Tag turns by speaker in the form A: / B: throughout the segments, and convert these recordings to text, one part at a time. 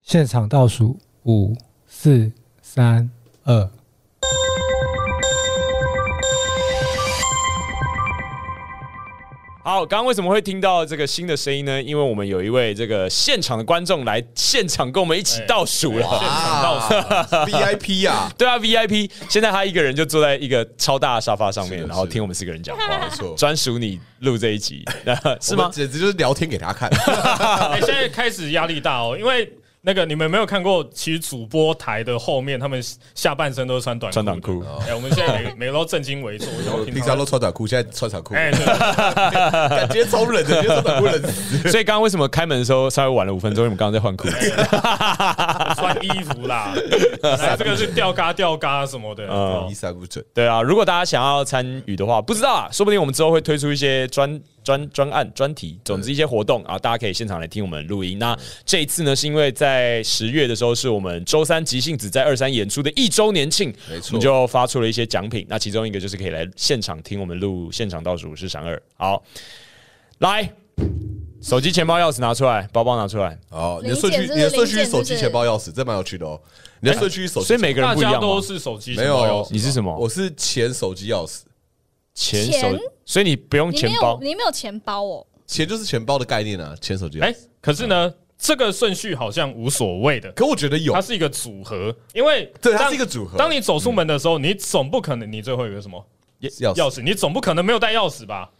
A: 现场倒数五、四、三、二。
B: 好，刚刚为什么会听到这个新的声音呢？因为我们有一位这个现场的观众来现场跟我们一起倒数
C: 哎
B: 了。
C: 啊，VIP 呀、啊，
B: 对啊，VIP，现在他一个人就坐在一个超大的沙发上面，
C: 是
B: 然后
C: 是
B: 听我们四个人讲话
C: 没，错，哎
B: 专属你录这一集， 是
C: 我
B: 吗
C: 们？简直就是聊天给大家看。
D: 哎现在开始压力大哦，因为那个你们没有看过，其实主播台的后面他们下半身都是穿短裤
B: 穿短。裤，
D: 哎、我们现在每每个都正襟危坐，然后
C: 我平常都穿短裤，现在穿长裤，
D: 哎、对
C: 感觉超冷的，今天穿短裤冷死。
B: 所以刚刚为什么开门的时候稍微晚了五分钟？因为我们刚刚在换裤子。
D: 穿衣服 啦，哎这个是吊嘎吊嘎什么的。
B: 嗯
C: 一三不准，
B: 对啊，如果大家想要参与的话，不知道啊，说不定我们之后会推出一些专专专案、专题，总之一些活动啊，大家可以现场来听我们录音。那这一次呢，是因为在十月的时候，是我们周三即兴子在二三演出的一周年庆，
C: 没错
B: 我们就发出了一些奖品。那其中一个就是可以来现场听我们录现场倒数是闪二。好，来，手机、钱包、钥匙拿出来，包包拿出来，
C: 哦，你的
E: 零
C: 顺
E: 检
C: 序，
E: 是
C: 你的
E: 零
C: 顺序，
E: 检
C: 手
E: 是
C: 机、
E: 不是
C: 钱包、钥匙，这蛮有趣的哦。你的顺序，手机，
B: 所以每个人
D: 大
B: 不一
D: 家
B: 样
D: 都
B: 吗？
D: 是手机
C: 没有，
B: 你是什么？
C: 我是钱、手机、钥匙，
B: 钱
E: 钱
B: 手，所以你不用
E: 你
B: 钱
E: 没
B: 包
E: 有，你没有钱包哦，
C: 钱就是钱包的概念啊，钱、手机。
D: 哎、
C: 哎，
D: 可是呢，这个顺序好像无所谓的，
C: 可我觉得有
D: 它，是一个组合，因为
C: 对，它
D: 当
C: 是一个组合。
D: 当你走出门的时候，你总不可能你最后一个什么
C: 钥
D: 钥，匙，你总不可能没有带钥匙吧？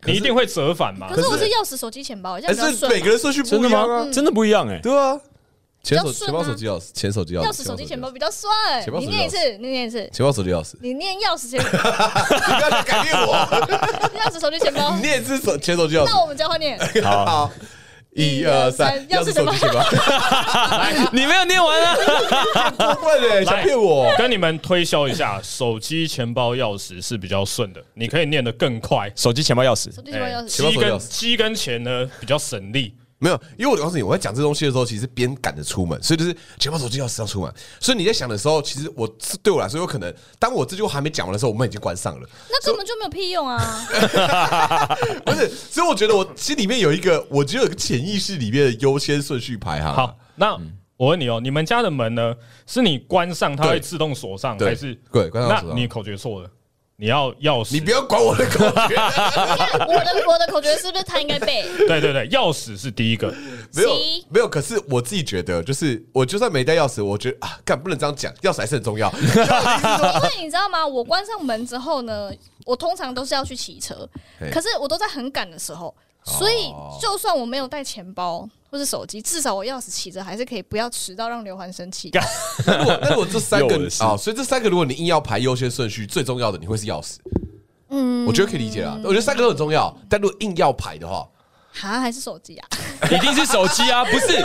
C: 可是
D: 你一定会折返吧
E: 可？是我
C: 啊可
E: 是
C: 是
E: 钥匙、手机、钱包，这
C: 但
E: 样比较
C: 是
E: 顺
C: 每
E: 嘛。
C: 个人顺序
B: 真
C: 不
B: 的
C: 一样啊
B: 吗？，真的不一样哎、
C: 对啊，钱、
E: 比
C: 手、
E: 较顺啊
C: 钱包、手机、钥匙，钱、手机、钥
E: 钥
C: 匙，
E: 匙、手机、钱包
C: 匙，
E: 比较顺
C: 钱包。
E: 你念一次，你念一次，
C: 钱包、手机、钥匙。
E: 你念钥匙、钱
C: 你不要再改变我，
E: 钥匙、手机、钱包
C: 你。念是手钱、手机、钥
E: 那
C: 匙。
E: 我们交换念，
B: 好。
C: 好，一二三，钥
E: 钥匙
C: 匙、
E: 什
C: 手
E: 么
C: 机、钱包。
B: 你没有念完啊！
C: 过分哎，想骗我。
D: 跟你们推销一下，手机、钱包、钥匙是比较顺的，你可以念得更快。
B: 手机、钱包、钥匙，
E: 手机、钱包、
D: 哎
E: 钥匙。
C: 钱包
D: 鸡
C: 手机
D: 跟
C: 钥匙
D: 鸡跟钱呢比较省力，
C: 没有，因为我告诉你，我在讲这东西的时候，其实边赶着出门，所以就是钱包、手机、钥匙要出门。所以你在想的时候，其实我是对我来说有可能，当我这句话还没讲完的时候，我们已经关上了。
E: 那根本就没有屁用啊！
C: 不是，所以我觉得我心里面有一个，我觉得有个潜意识里面的优先顺序排行。
D: 好，，那我问你哦，你们家的门呢，是你关上它
C: 对
D: 会自动锁上，
C: 对
D: 还是
C: 对关上
D: 那
C: 锁上
D: 你口诀错了，你要钥匙，
C: 你不要管我的口诀，
E: 我的我的口诀是不是他应该背？
D: 对对对，钥匙是第一个，
C: 没有
E: See？
C: 没有。可是我自己觉得，就是我就算没带钥匙，我觉得啊，干不能这样讲，钥匙还是很重要。
E: 因为你知道吗？我关上门之后呢，我通常都是要去骑车
C: 嘿，哦
E: 可是我都在很赶的时候，所以就算我没有带钱包或是手机，至少我钥匙骑着还是可以不要迟到，让刘欢生气。
C: 那如果那如果这三个
B: 又有事
C: 啊、所以这三个如果你硬要排优先顺序，最重要的你会是钥匙。嗯，我觉得可以理解啊。我觉得三个都很重要，但如果硬要排的 话，
E: 哈，还是手机啊？
B: 一定是手机啊，不 是？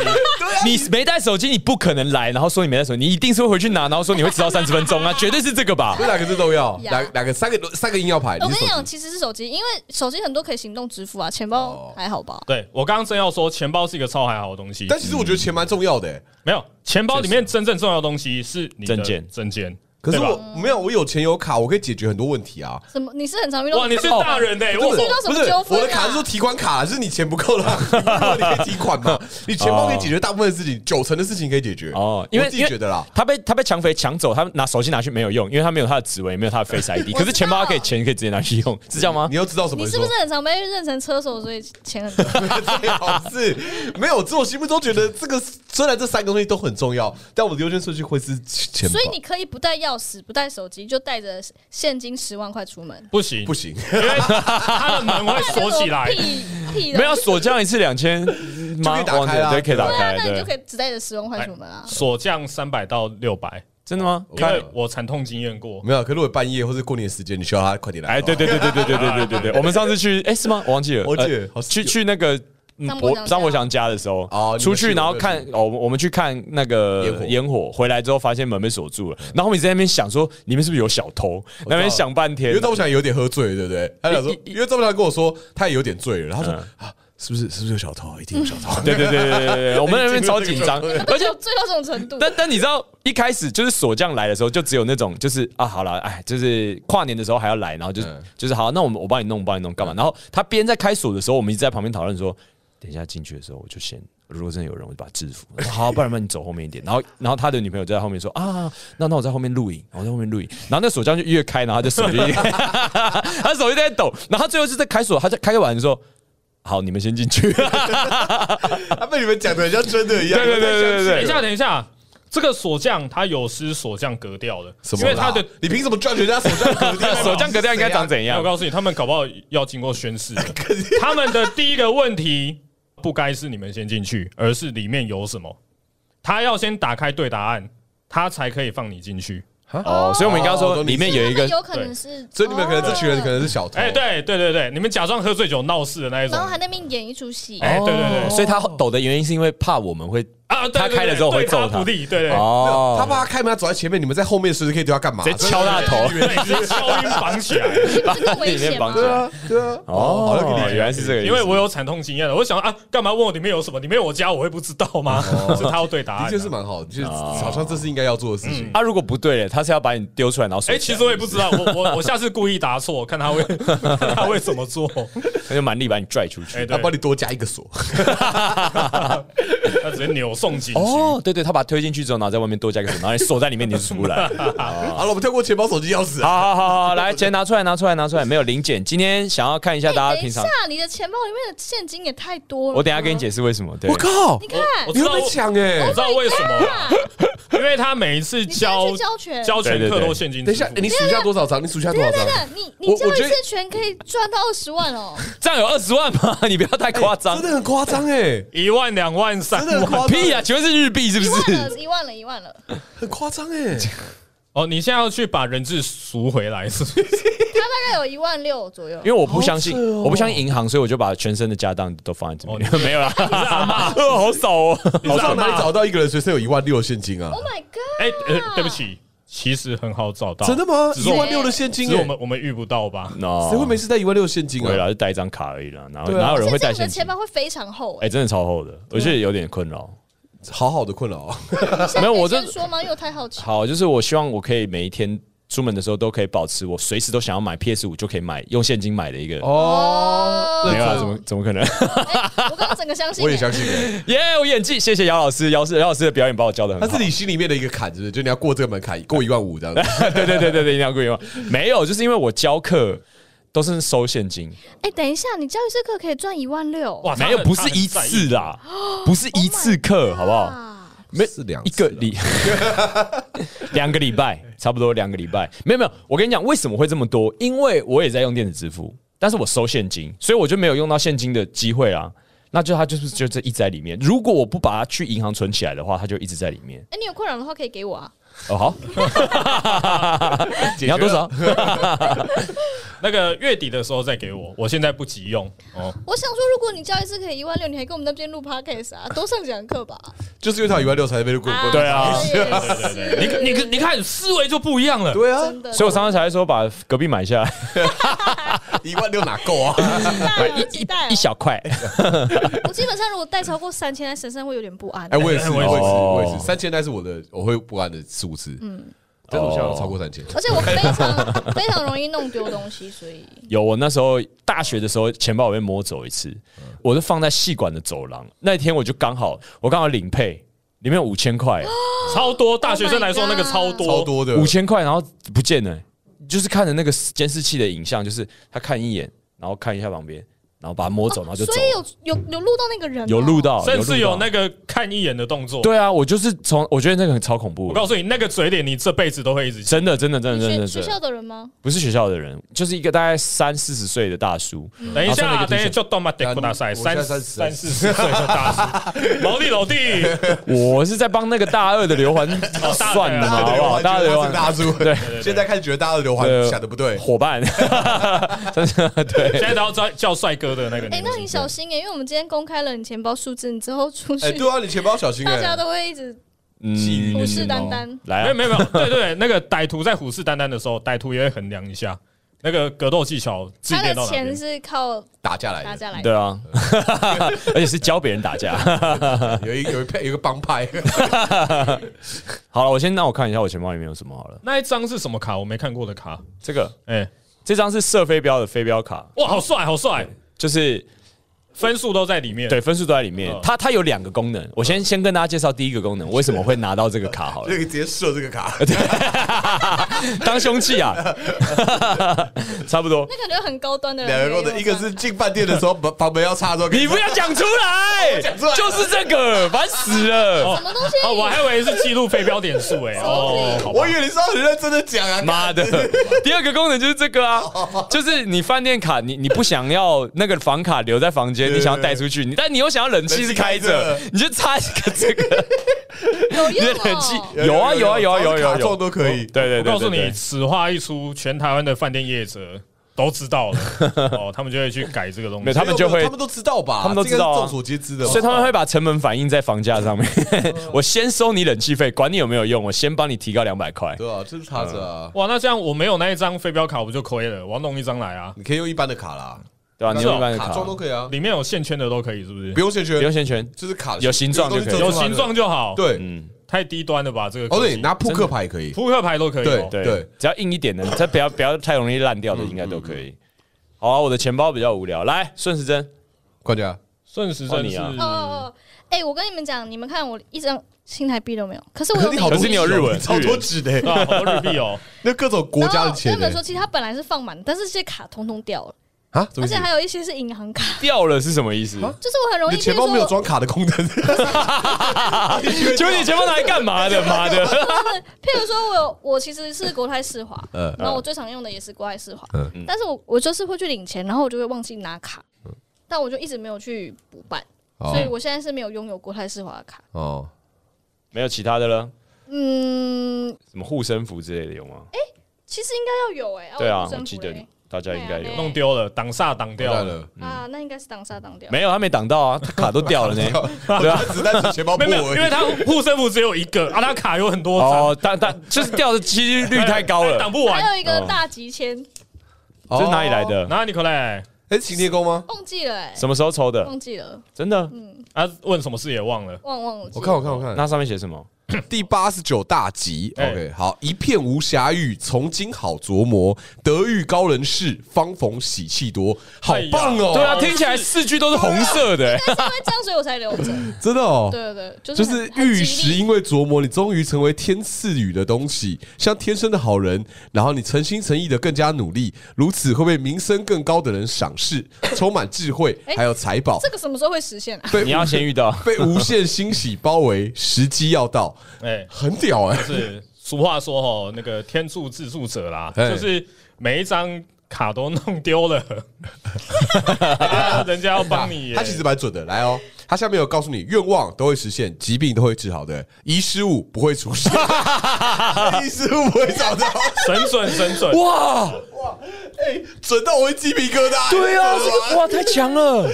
B: 你没带手机，你不可能来，然后说你没带手机，你一定是会回去拿，然后说你会迟到三十分钟 啊，绝对是这个吧？
C: 这两个最重要，
E: 呀
C: 两两个三个都三个硬要排。
E: 我跟
C: 是
E: 你
C: 手
E: 讲，
C: 机
E: 其实是手机，因为手机很多可以行动支付啊，钱包
C: 哦
E: 还好吧？
D: 对我刚刚正要说，钱包是一个超还好的东西，
C: 但其实我觉得钱蛮重要的、欸。
D: 没有钱包里面真正重要的东西是你的
B: 证件
D: 证件。
C: 可是
D: 对吧
C: 我没有，我有钱有卡，我可以解决很多问题啊。
E: 什么？你是很常遇到？
D: 哇，你是大人呢、欸，
C: 真
D: 我
C: 的
E: 遇到什
C: 不
E: 么
C: 是
E: 纠纷
C: 我
E: 啊
C: 的卡是说提款卡，就是你钱不够了， 你可以提款 嘛。你钱包可以解决大部分的事情，九成的事情可以解决。
B: 哦
C: 哦，，
B: 因为
C: 我自己觉得啦，。
B: 因为他被他被抢匪抢走，他拿手机拿去没有用，因为他没有他的指纹，也没有他的 Face ID，可是钱包他可以钱可以直接拿去用，是这样吗
C: 你？又知道什么？
E: 你
C: 你
E: 是
C: 说
E: 不是很常被认成车手，所以钱很多？
C: 最好是没有，这我心目中觉得这个虽然这三个东西都很重要，但我的优先顺序会是钱包。
E: 所以你可以不带钥匙，不带手机，就带着现金十万块出门。
D: 不行
C: 不，行，
D: 因为他的门会锁起 来。
E: 哎屁屁的，
B: 没有啊锁这样一次两千，
C: 可以打开啦
B: 对，可以打
E: 对啊，
B: 开，
E: 那你就可
B: 对，
E: 以只带着十万块出门啊。
D: 锁降三百到六百，
B: 真的吗？
D: 因为我惨痛经验过。
C: 没有。啊可是我半夜或是过年时间，你需要啊他快点来。
B: 哎，对对对对对对对对对对，我们上次去，哎，是吗？我忘记了，
C: 我记得
B: 呃
C: 好像
B: 去
C: 有
B: 去那个嗯
E: 张伯
B: 博
E: 祥家
B: 张国祥家的时候，
C: 哦你们
B: 出去
C: 去
B: 然后
C: 那个
B: 看，哦，我们我们去看那
C: 烟火
B: 个烟火，回来之后发现门被锁住了，然后我们一直在那边想说里面是不是有小偷，那边想半
C: 因
B: 天
C: 为，赵本强有点喝醉，对不对？他想说，因为赵本强跟我说他也有点醉了，他说啊，是不是是不是有小偷？一定有小偷。
B: 对对对对对对对，我们在那边超紧张，而且
E: 就醉到这种程度，
B: 但但你知道，一开始就是锁匠来的时候，就只有那种就是啊，好了，哎，就是跨年的时候还要来，然后就、
C: 嗯
B: 就是好，那我们我帮你弄，我帮你弄干嘛？然后他边在开锁的时候，我们一直在旁边讨论说，等一下进去的时候我就先如果真的有人，我就把他制服。我 说好，不然嘛，你走后面一点。然后，然后他的女朋友就在后面说啊，那那我在后面录影，我在后面录影。然后那锁匠就越开，然后他就手就越， 他手就在抖。然后他最后是在开锁，他在开完说好，你们先进 去。
C: 他被你们讲的很像真的一样。
B: 对对对对对对
D: 等一下，等一下，这个锁匠他有失锁匠格调的，因为他的，
C: 你凭什么 judge 人家手上格调？
B: 锁匠格调应该长怎
D: 我
B: 样？
D: 告诉你，他们搞不好要经过 宣誓的。他们的第一个问题不该是你们先进去，而是里面有什么。他要先打开对答案，他才可以放你进去。
B: 哦，所以我们刚刚
C: 哦
B: 说
C: 懂你
B: 里面有一个
E: 他们有可能是， 哦
C: 所以你们可能这群人可能是小偷。
D: 哎、，对对对对，你们假装喝醉酒闹事的那一
E: 哦，
D: 种
E: 然后还在那边演一出戏，
D: 哎对对对
B: 所以他抖的原因是因为怕我们会
D: 啊，对对对
B: 他开了之后会揍
D: 对
B: 他
D: 他不利，对对
B: 哦，
C: 他怕他开门，他走在前面，你们在后面随时可以对他干嘛？
B: 直接敲他的头，
D: 对，直接敲晕绑起来。
E: 这个危
B: 里面
E: 险
B: 绑
E: 吗
B: 起？
C: 对啊，对啊。
B: 哦，
C: 好像给你
B: 原来是这个意思，
D: 因为我有惨痛经验的，我想啊，干嘛问我里面有什么？里面我家我会不知道吗？
B: 哦
D: 是他要对答案啊。
C: 的确是蛮好，就是好像这是应该要做的事情。
B: 啊，如果不对了，他是要把你丢出来，然后
D: 哎、
B: 哎，
D: 其实我也不知道，我我我下次故意答错，看他会 看他会怎么做。
B: 他就蛮力把你拽出
D: 哎、
B: 去。
C: 他
D: 对，
C: 啊帮你多加一个锁，
D: 他直接扭送进去。
B: 哦，对对，他把他推进去之后，然后在外面多加一个手，然后你锁在里面，你就出不来。
C: 好了，我们跳过钱包、手机、钥匙啊。
B: 好好好好，来，钱拿出来，拿出来，拿出来，没有零检。今天想要看一下
E: 哎
B: 大
E: 等
B: 家
E: 一
B: 平
E: 下
B: 常，，
E: 你的钱包里面的现金也太多了。
B: 我等一下跟你，解释为什么。对
C: 我，靠
E: 你，看
D: 我，
C: 你
D: 知道
C: 会被抢哎
D: 我！知道为什么啦，
B: 啊
D: 因为他每一次
E: 你现在
D: 交
E: 去交权，
D: 交
B: 对
D: 全
B: 对
D: 课
B: 对
D: 都现金
C: 等
D: 支付。
C: 一下，哎你数一下多少张？你数一下多少张？
E: 你
C: 我
E: 你交
C: 我
E: 一
C: 觉得
E: 次权可以赚到二十万哦。
B: 这样有二十万吗？ 你不要太夸张
C: 真。的很夸张哎，
D: 一万、两万、三
C: 真的很
D: 万。
C: 夸张，
B: 屁呀！请问是日 币是不
E: 一万
B: 是？
E: 了，一万了，一万了。他
C: 很夸张哎！
D: 哦，你现在要去把人质赎回来，是不是？
E: 大概有一万六左右
B: 因为。我不相信，
C: 好扯哦
B: 我不相信银行，所以我就把全身的家当都放在这
D: 哦
B: 边。没有啦，呃 好少哦。
D: 你
C: 好
D: 知道
C: 像
D: 吗
C: 哪里找到一个人随身有一万六现金啊？
E: Oh my god！
D: 哎、呃对不起，其实很好找到，
C: 真的吗？
D: 只是
C: 一
D: 我
C: 万六的现金
D: 只是我
C: 欸，
D: 们我们遇不到吧？
B: 那
C: 谁会没事带一万六现金
B: 不会啦，哦
C: 啊？
B: 就带一张卡而已啦，哪有
C: 对啊
B: 哪有人
E: 所
B: 会
E: 以这
B: 带
E: 样你的
B: 现金
E: 钱？包会非常厚欸
B: 哎、。真的超厚的，我觉得有点困扰。
C: 好好的困扰啊，
E: 哎
B: 没有，我就
E: 先说吗？因为我太好奇。
B: 好，就是我希望我可以每一天出门的时候都可以保持我随时都想要买 PS 五就可以买用现金买的一个。
E: 哦
B: 没有啊啦，
E: 那
B: 怎么怎么可能？
E: 哎我刚刚整个相信。
C: 我也相信欸。
B: 耶、我演技，谢谢姚老师，姚师姚老师的表演把我教的很好。
C: 那是你心里面的一个坎，是不是？就你要过这个门槛，过一万五这样子。
B: 对对对对对，一定要故意吗？没有，就是因为我教课都是收现金，
E: 哎，等一下，你教一次课可以赚一万六。
D: 哇，他
B: 没有
D: 很
B: 不是一，
D: 他很在意
B: 次啦，不是一次课，好不好？
E: 啊
B: 没
C: 是两
B: 一个
C: 次
B: 礼， 两个礼拜，差不多两个礼拜。没有没有，我跟你讲，为什么会这么多？因为我也在用电子支付，但是我收现金，所以我就没有用到现金的机会啦。那就它就是就这一直在里面。如果我不把它去银行存起来的话，它就一直在里面。
E: 哎，你有困扰的话可以给我啊。
B: 哦，好， 你要多少？
D: 那个月底的时候再给我，我现在不急用哦。
E: 我想说，如果你教一次可以一万六，你还跟我们那边录 podcast 啊？多上几堂课吧。
C: 就是因为他一万六才被过过。
B: 对啊
E: 我
D: 你
E: 也是
D: 看你看你看思维就不一样了。
C: 对啊
E: 真，的。
B: 所以我上次才说把隔壁买下来，
C: 一万六哪够啊？
E: 买
B: 买哎一一一小块。
E: 啊我基本上如果带超过三千在身上会有点不安。
C: 哎，我也是，
D: 哎
C: 我
D: 我
C: 也
D: 也
C: 是，
D: 是
C: 我也是。三千那是我的，我会不安的数字。嗯，但是我现在有超过三千。
B: 哦
E: 而且我非常非常容易弄丢东西，所以
B: 有，我那时候大学的时候，钱包我被摸走一次，我是放在戏馆的走廊。那一天我就刚好，我刚好领配，里面有五千块，
E: 哦
D: 超多大学生来说
E: Oh my
D: 那
E: god
D: 个超多，
C: 超多的
B: 五，千块，然后不见了、就是看着那个监视器的影像，就是他看一眼，然后看一下旁边，然后把它摸走，然后就走
E: 哦所
B: 了
E: 以。有有有录到那个人哦，
B: 有录到，
D: 甚至
B: 录
D: 有
B: 到
D: 那个看一眼的动作。
B: 对啊，我就是从我觉得那个很超恐怖
D: 我，告诉你，那个嘴脸你这辈子都会一直记。
B: 真的真的真的真的
E: 学
B: 真的
E: 学校的人吗？
B: 不是学校的人，就是一个大概三四十岁的大叔，
E: 嗯
D: 等一
B: 然后穿了
D: 下，
B: 个 T
D: 等一下，
B: 恤
D: 就动嘛，得不大赛，
C: 我现在
D: 三
C: 三十
D: 三四十岁的大 叔，老弟老弟，
B: 我是在帮那个大二的刘环
D: 大
B: 算的嘛，好
C: 大的
B: 不
C: 刘
B: 好？
C: 环，
B: 大
C: 大
B: 二
C: 的
B: 的刘
C: 刘环，
B: 环
C: 大叔。
B: 对，
C: 现在开始觉得大的刘环
B: 对
C: 想的不对。
B: 伙伴，
D: 现在都要叫叫帅哥的那个年纪。
E: 哎，那你小心耶，因为我们今天公开了你钱包数字，你之后出
C: 哎，
E: 去
C: 对啊，你钱包小心
E: 大家
C: 哎。
E: 都会一直
C: 基于
B: 嗯，
E: 虎视眈眈。
B: 来啊
D: 没有，没有没有，对对，那个歹徒在虎视眈眈的时候，歹徒也会衡量一下那个格斗技巧自己
E: 他
D: 练
E: 的
D: 到哪
E: 钱
D: 边。
E: 是靠
C: 打架来
E: 大
C: 的，
E: 家来的，
B: 对啊， 而且是教别人打架。
C: 有一有一配有一个帮 派，
B: 好了，我先让我看一下我钱包里面有什么好了。
D: 那一张是什么卡？我没看过的卡。
B: 这个
D: 哎，
B: 这张是射飞镖的飞镖卡，
D: 哇，好帅，好帅！
B: 就是
D: 分数都在里面。
B: 对，分数都在里面。它它有两个功能，我先先跟大家介绍第一个功能，为什么会拿到这个卡好了
C: 这。个直接射这个卡，
B: 当凶器啊，差不多。
E: 那感觉很高端的
C: 两
E: 人也有
C: 个
E: 这样。
C: 功能，一个是进饭店的时 候把旁边要插的时候，
B: 你不要讲出来，
C: 讲出来
B: 就是这个，烦死了！
E: 什么东西？
D: 哦，我还以为是记录飞镖点数哎。哦，好吧
C: 我以为你是要很认真的讲 啊，
B: 妈的，第二个功能就是这个啊，就是你饭店卡，你你不想要那个房卡留在房间，
C: 对
B: 你想要带出去，你但你又想要冷气是开着
C: 冷气开着，
B: 你就插一个这个，
E: 有
B: 你的
E: 用
B: 冷 气
E: 哦。
B: 有啊有啊有啊有啊有啊
C: 卡
B: 有啊
C: 中，都可以。
B: 对对对，
D: 我告诉
B: 对
D: 你，，此话一出，全台湾的饭店业者都知道了。哦，他们就会去改这个东
B: 没有
D: 西。
B: 他们就会
C: 他们都知道吧？
B: 他们都知道啊
C: 这个是众所皆知的
B: 对
C: 嘛，
B: 所以他们会把成本反映在房价上 面。 我先收你冷气费，管你有没有用，我先帮你提高两百块。
C: 对啊，就是插着啊，
D: 哇，那这样我没有那一张飞镖卡，我就亏了。我要弄一张来啊，
C: 你可以用一般的卡啦，
B: 对啊吧、你用一般的
C: 卡
B: 卡，
C: 中都可以啊，
D: 里面有线圈的都可以，是不是
C: 不？用现圈，
B: 不用先圈，
C: 就是卡
B: 有形状就可以
D: 有
B: 用
D: 形状就好。，
C: 对，
B: 嗯，
D: 太低端了吧？这个
C: 哦
D: 科技
C: 对，拿扑克牌也可以，
D: 扑克牌都可以哦。
C: 对嗯
B: 对，
C: 对
B: 只要硬一点的，它不要不要太容易烂掉的，应该都可以。好啊，我的钱包比较无聊，来顺时针，
C: 管家
D: 顺时
B: 换
D: 针
B: 你
D: 是
B: 啊
E: 哦哦哦！哎，我跟你们讲，你们看我一张新台币都没有，可是我有
C: 可是
E: 美
C: 你
E: 国
C: 好多
B: 可是你有日文
C: 超多纸的欸，
D: 对啊，好多日币哦。
C: 那各种国家的
E: 然
C: 钱
E: 后我跟你
C: 欸
E: 们说，其实它本来是放满的，但是这些卡通通掉了，
C: 啊，怎么
E: 而
C: 意思
E: 且还有一些是银行卡，
B: 掉了是什么意思？
E: 就是我很容
C: 你
E: 易
C: 的钱包没有
E: 比如说
C: 装卡的功能，
B: 请问你钱包拿来干嘛 的？妈的！
E: 譬如说我有我其实是国泰世华，
C: 嗯
E: 然后我最常用的也是国泰世华
C: 嗯，
E: 但是我我就是会去领钱，然后我就会忘记拿卡，但我就一直没有去补办， 所以我现在是没有拥有国泰世华的卡。
C: 哦，
B: 没有其他的了，
E: 嗯，
B: 什么护身符之类的有吗？
E: 其实应该要有哎、
B: 对啊，
E: 护
B: 我
E: 身符
B: 记得
E: 嘞
B: 大家应该有
E: 对啊。
D: 弄丢了，挡煞挡
C: 掉
D: 掉了。
C: 了，
E: 啊，那应该是挡杀挡掉。
B: 没有，他没挡到啊，他卡都掉了呢。
C: 对啊，只但是钱包
D: 没
C: 破
D: 有没有，
C: 而
D: 因为
C: 已。
D: 他护身符只有一个啊，他卡有很多张，
B: 哦，但但就是掉的几率太高
D: 哎
B: 了，
D: 挡不完。
E: 还有一个大吉签，
C: 嗯
B: 这是哪里来的？
D: 然后你可来
C: 哦哎，是晴天宫吗？
E: 忘记了哎、
B: 什么时候抽的？
E: 忘记了，
B: 真的？
E: 嗯
D: 啊，问什么事也忘了。
E: 忘忘了。
C: 我看，我看，我看。
B: 那上面写什么？
C: 第八十九大集。
D: 哎
C: OK，好，一片无暇欲，从今好琢磨。得遇高人士，方逢喜气多。好棒哦！
B: 对啊，听起来四句都是红色的、欸，
E: 因为这样所以我才留 着。
C: 真的哦。
E: 对对对，就
C: 就是是
E: 很
C: 玉石，。
E: 很吉利
C: 因为琢磨，你终于成为天赐予的东西，像天生的好人，然后你诚心诚意的更加努力，如此会被名声更高的人赏识， 充满智慧，
E: 哎
C: 还有财宝
E: 这。个什么时候会实现啊？
C: 被
B: 你要先遇到。
C: 被无限欣喜包围，时机要到，
D: 哎，
C: 很屌哎、
D: 是俗话说哦，那个天助自助者啦，
C: 哎
D: 就是每一张卡都弄丢了，啊人家要 帮你耶。
C: 他其实蛮准的，来哦，他下面有告诉你，愿望都会实现，疾病都会治好的，遗失物不会出现， 遗失物不会找到，
D: 神准神准，
B: 哇，
C: 准到我会鸡皮疙瘩。 欸
B: 对啊，这个哇太强了，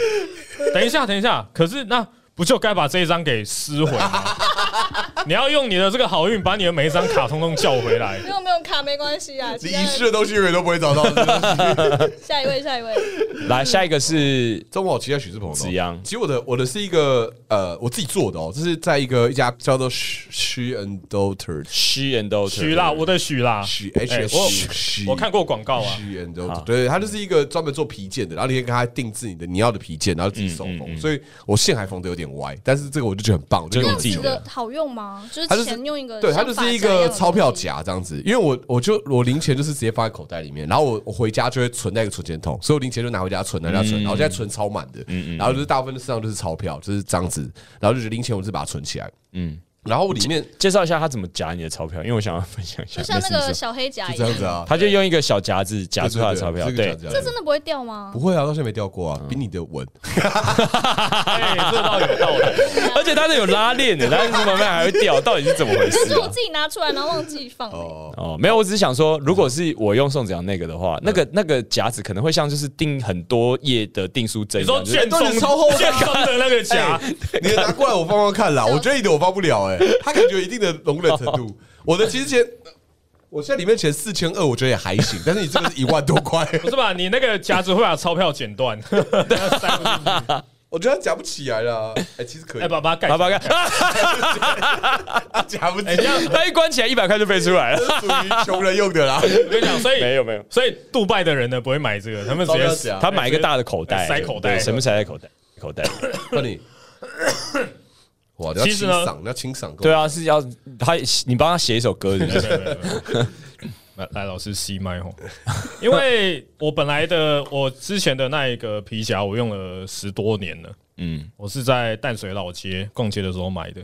D: 等一下等一下，可是那不就该把这一张给撕毁吗？你要用你的这个好运，把你的每一张卡通通叫回来。
E: 没有没有卡没关系 啊。
C: 你
E: 其他
C: 遗失的东西永远都不会找到。真的是
E: 下一位，下一位。
B: 来下一个是
C: 中午好期待许志鹏的哦
B: 子阳
C: 其实我的我的是一个呃我自己做的哦，这是在一个一家叫做 She and Daughter。
B: She and Daughter，
D: 许啦，我的许啦，
C: 许
D: 哎
C: H
D: 我
C: H，
D: 我看过广告啊，
C: 虚 and Daughter，对，它就是一个专门做皮件的，然后你可以跟他定制你的你要的皮件，然后自己手缝。所以我线还缝的有点歪，但是这个我就觉得很棒，我就
E: 这
C: 用
E: 样
C: 我
E: 子
C: 己
E: 的好用吗？就
C: 它就是是
E: 钱用一个，
C: 对，它就是一个钞票。夹这样子，因为我我就我零钱就是直接放在口袋里面，然后我我回家就会存在一个存钱筒，所以我零钱就拿回家存，拿回家
B: 嗯
C: 存，然后现在存超满的，然后就是大部分的身上就是钞票，就是这样子，然后就是零钱我是把它存起来，嗯，然后我里面
B: 介绍一下他怎么夹你的钞票，因为我想要分享一下。
E: 就像那
B: 没事
E: 个
B: 你说
E: 小黑夹
C: 就
E: 一
C: 这
E: 样
C: 样，子啊，
B: 他就用一个小夹子夹出他的钞票，
C: 对
B: 对嗯
C: 对，对
E: 这真的不会掉吗
C: 不？会啊，到现在没掉过啊，比你的稳，
D: 哎，这倒有道理。
B: 而且他的有拉链的，但是慢慢还会掉，到底是怎么回
E: 但
B: 事
E: 是我
B: 啊？
E: 自己拿出来，然后忘记放、欸。
B: 哦，没有，我只是想说，如果是我用宋子阳那个的话，那个那个夹子可能会像就是订很多页的订书针
D: 你
B: 一样，
D: 说
B: 就是
D: 卷宗
C: 你超厚的啊哎
D: 卷宗的那个夹，
C: 你拿过来我放放看啦，我觉得你的我放不了哎、他感觉有一定的容忍程度。我的其实前，我现在里面前四千二，我觉得也还行，但是你这个是一万多块，
D: 不是吧？你那个夹子会把钞票剪断，
C: 我觉得他夹不起来啦。哎、其实可以，
D: 哎，把把它盖起
B: 好吧，
D: 来。
B: 看，啊
C: 他夹不起
D: 哎，这样
C: 来，
B: 他一关起来，一百块就飞出来了。
C: 这属于穷人用的啦。
D: 我跟你讲，所以
B: 没有没有，
D: 所以杜拜的人呢不会买这个，他们直
C: 钞票
D: 接
C: 夹
B: 他买一个大的口袋，
D: 塞口袋
B: 对什么塞在口袋？口袋。
C: 那你，哇，你要
D: 其实
C: 清
D: 呢
C: 嗓，你要清嗓，
B: 对，啊，是要他你帮他写一首歌是不是，
D: 来来，老师吸麦吼，因为我本来的我之前的那一个皮夹，我用了十多年了。
B: 嗯，
D: 我是在淡水老街逛街的时候买的。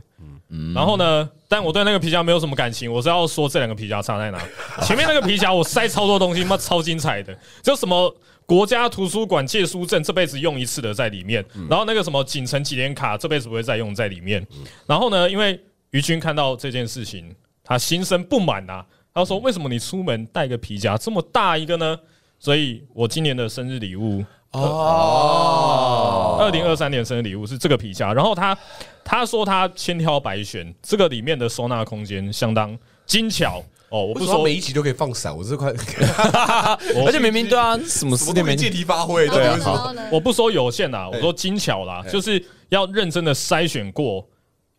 D: 然后呢，但我对那个皮夹没有什么感情，我是要说这两个皮夹差在哪。前面那个皮夹我塞超多东西，妈超精彩的，就什么。国家图书馆借书证这辈子用一次的在里面，然后那个什么锦城纪念卡这辈子不会再用在里面。然后呢，因为于军看到这件事情，他心生不满啊，他说：“为什么你出门带个皮夹这么大一个呢？”所以，我今年的生日礼物呃二零二三年生日礼物是这个皮夹，然后他他说他千挑百选，这个里面的收纳空间相当精巧哦。我
C: 我
D: 不
C: 不说
D: 说
C: 每一集都可以放闪，我这块
B: 而且明明对啊，什么
C: 什
B: 四
C: 么
B: 点
C: 没
B: 没
C: 借题发挥，
E: 然后
C: 对
E: 呢
C: 啊，
E: 然后呢？
D: 我不说有限啦，我说精巧啦，就是要认真的筛选过，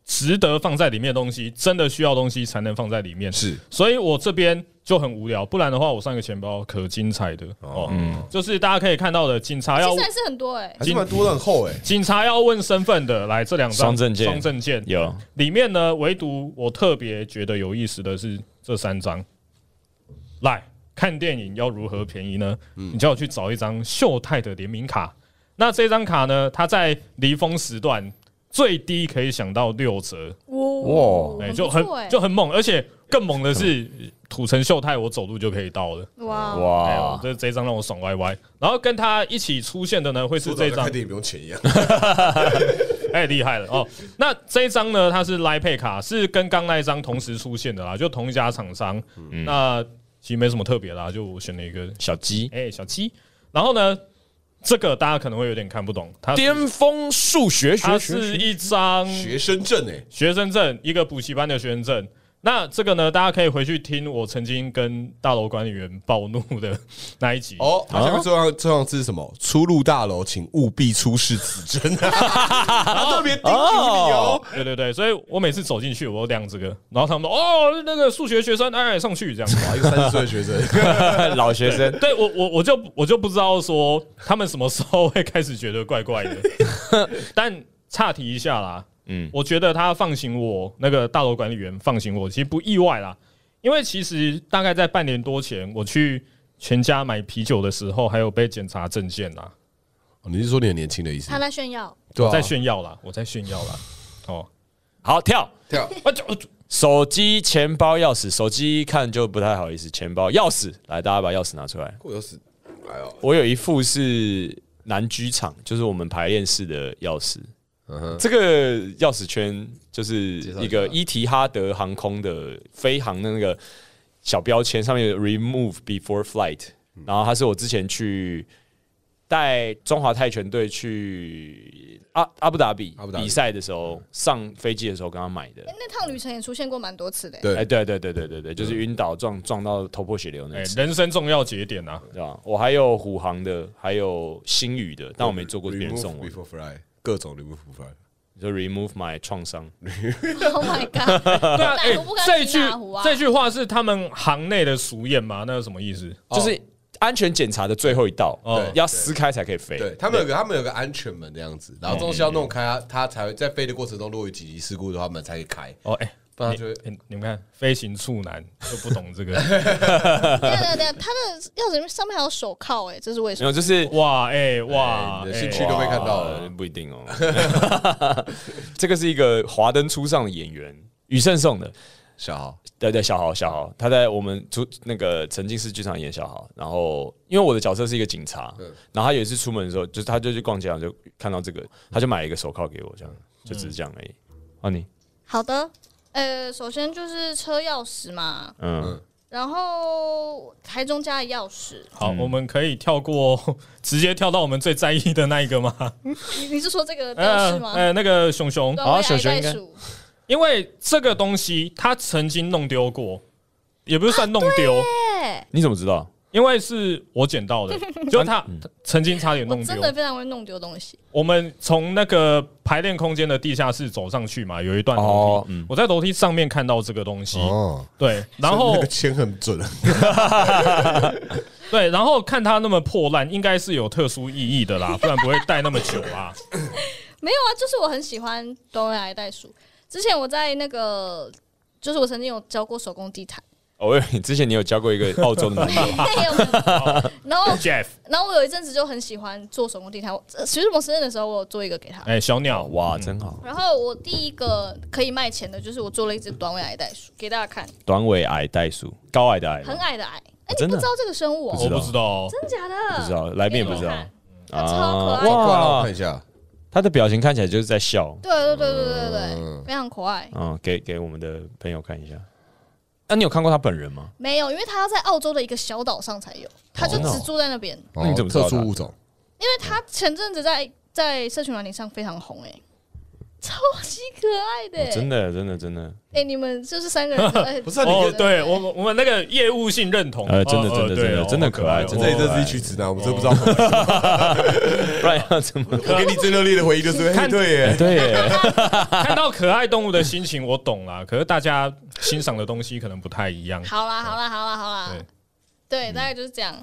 D: 值得放在里面的东西，真的需要的东西才能放在里面。
C: 是
D: 所以我这边就很无聊，不然的话，我上一个钱包可精彩的哦，就是大家可以看到的，警察要
E: 其实还是很多哎、
C: 还是蛮多的，很厚哎，
D: 警察要问身份的，来这两张
B: 双证件
D: 双证件
B: 有
D: 里面呢，唯独我特别觉得有意思的是这三张。来看电影要如何便宜呢？
B: 嗯
D: 你叫我去找一张秀泰的联名卡。那这张卡呢，它在离峰时段最低可以想到六折，
E: 哇
D: 哎、
E: 很
D: 就
E: 不
D: 很
E: 错哎、
D: 就很猛，而且更猛的是土城秀泰，我走路就可以到了。
E: 哇
D: 哎呦
B: 哇，
D: 这这张让我爽歪歪。然后跟它一起出现的呢，会是
C: 说
D: 这
C: 到
D: 张
C: 看电影不用钱一样，
D: 哎，厉害了哦！那这一张呢，它是 Line Pay 卡，是跟刚那一张同时出现的啦，就同一家厂商。那其实没什么特别啦，就我选了一个
B: 小鸡
D: 哎、小七。然后呢，这个大家可能会有点看不懂，它是
B: 巅峰数学学
D: 它是
B: 学
D: 一张
C: 学生证哎，
D: 学生证，一个补习班的学生证。那这个呢，大家可以回去听我曾经跟大楼管理员暴怒的那一集。
C: 哦，
B: 啊
C: 它下面这样这样字是什么？出入大楼，请务必出示指针， 他特别叮嘱你哦。
D: 对对对，所以我每次走进去，我都亮这个，然后他们说：“哦，那个数学学生，哎，上去这样子。”
C: 哇，一个三十岁的学生，
B: 老学生，
D: 对我我我就我就不知道说他们什么时候会开始觉得怪怪的，但岔题一下啦，嗯
B: 嗯，
D: 我觉得他放行我那个大楼管理员放行我，其实不意外啦，因为其实大概在半年多前我去全家买啤酒的时候，还有被检查证件啦，
C: 哦你是说你很年轻的意思
E: 他？在炫耀，
C: 对
D: 我
C: 啊，
D: 在炫耀啦，我在炫耀啦，哦，
B: 好跳。哦
C: 跳，
D: 啊就啊就
B: 手机、钱包、钥匙，手机看就不太好意思，钱包、钥匙，来，大家把钥匙拿出来。
C: 我有死，哎呦，
B: 我有一副是南居场，就是我们排练室的钥匙。
C: 嗯
B: 这个钥匙圈就是一个伊提哈德航空的飞航的那个小标签，上面有 “Remove before flight”，然
C: 嗯
B: 后它是我之前去带中华泰拳队去阿阿布达比
C: 阿布达比嗯
B: 比赛的时候，上飞机的时候刚刚买的。
E: 哎、那趟旅程也出现过蛮多次的、哎
C: 对嗯
B: 哎，对对对对对对，就是晕倒撞撞到头破血流那
D: 哎
B: 一次，
D: 人生重要节点啊，
B: 对吧？我还有虎航的，还有星宇的，但我没做过别人送我
C: Remove。Before fly，各种 remove before fly，
B: 你说 remove my 创伤，
E: Oh my god！
D: 对啊，哎、
E: 我不敢
D: 这
E: 提
D: 句
E: 哪壶啊
D: 这句话是他们行内的俗谚吗？那是什么意思？
C: 哦
B: 就是安全检查的最后一道，
D: 哦
B: 要撕开才可以飞。
C: 对他们有个他们有个安全门的样子，
B: 嗯
C: 然后东西要弄开，它它才会在飞的过程中，如果有紧急事故的话，门才可以开，
D: 哦，哎、
C: 不然它就会
D: 欸你们看，飞行处男就不懂 这个
E: 等一下等一下等一啊下，他的钥匙里面上面还有手铐，哎，这是为什
B: 没
E: 么？
B: 有，就是
D: 哇，哎、哇，
C: 哎你
D: 哎
C: 的兴趣都被看到啊了
B: 哇不一定哦。 这个是一个华灯初上的演员，宇胜送的，
C: 小号
B: 对对，小豪，小豪，他在我们出那个沉浸式剧场演小豪。然后，因为我的角色是一个警察，
C: 嗯
B: 然后他有一次出门的时候，就是他就去逛街，然后就看到这个，他就买了一个手铐给我，这样就只
C: 嗯
B: 是这样而已。啊，你，
E: 好的，呃，首先就是车钥匙嘛，
B: 嗯，
E: 然后台中家的钥匙，
D: 好，
B: 嗯
D: 我们可以跳过，直接跳到我们最在意的那一个吗？
E: 你你是说这个钥匙
C: 嗯
E: 吗？
D: 呃，那个熊熊，
E: 对
B: 好
E: 我也
B: 小
E: 爱
B: 熊
E: 袋
B: 应该
E: 鼠，
D: 因为这个东西他曾经弄丢过，也不是算弄丢，
E: 哎，
B: 你怎么知道？
D: 因为是我捡到 的，就他
B: 嗯
D: 他曾经差点
E: 我
D: 弄丢
E: 真。的非常会弄丢东西。
D: 我们从那个排练空间的地下室走上去嘛，有一段楼
B: 哦
D: 梯
B: 嗯，哦
D: 我在楼梯上面看到这个东西，
C: 哦，
B: 啊
D: 对，然后
C: 那个签很准，
D: 对，然后看它那么破烂，应该是有特殊意义的 啦，不然不会戴那么久啊。
E: 没有啊，就是我很喜欢短尾矮袋鼠。之前我在那个，就是我曾经有教过手工地 毯，
B: 哦我以为你之前你有教过一 个澳洲的男生，
E: 没有没有然后
D: Jeff，
E: 然后我有一阵子就很喜欢做手工地毯。我呃徐志摩生日的时候，我有做一个给他。
D: 哎、小鸟，
B: 哇，真好，
E: 然后我第一个可以卖钱的就是我做了一只短尾矮袋鼠给大家看，
B: 短尾矮袋鼠，高矮的矮吗，
E: 很矮的矮。哎、你
B: 真
E: 不
B: 的
E: 知道这个生物、哦？
D: 我不知道哦，
E: 真假的？
B: 不知道，来宾也不知道
E: 给你。看它超可爱
B: 啊
E: 的。
B: 哇
C: 我看一下，
B: 他的表情看起来就是在笑。
E: 对对对对对对对，非常可爱。
B: 嗯，给给我们的朋友看一下。那、你有看过他本人吗？
E: 没有，因为它要在澳洲的一个小岛上才有，它就
B: 真的哦
E: 只住在那边。
B: 那你怎么知道
C: 哦特
B: 的啊
C: 殊物种？
E: 因为他前阵子在在社群软体上非常红、欸，哎，超级可爱的、
B: 哦
E: 欸
B: 真的，真的，真的，
E: 哎、你们就是三个人， 哎
C: 不是啊你可以
D: 哦对我们我们那个业务性认同，
B: 呃真的
D: 哦
B: 真的
D: 对
B: 真的
D: 哦
B: 真的可爱
D: 好
B: 真
C: 这
B: 的
C: 里
D: 哦
C: 这是一群直男，我们真的不知道。
B: 不然要怎么？
C: 我给你最热烈的回忆就是，哎，
D: 看
C: 对耶，
B: 对耶，
D: 看到可爱动物的心情我懂啦，可是大家欣赏的东西可能不太一样。
E: 好啦好啦好啦好啦，对，
C: 嗯
E: 大概就是这样。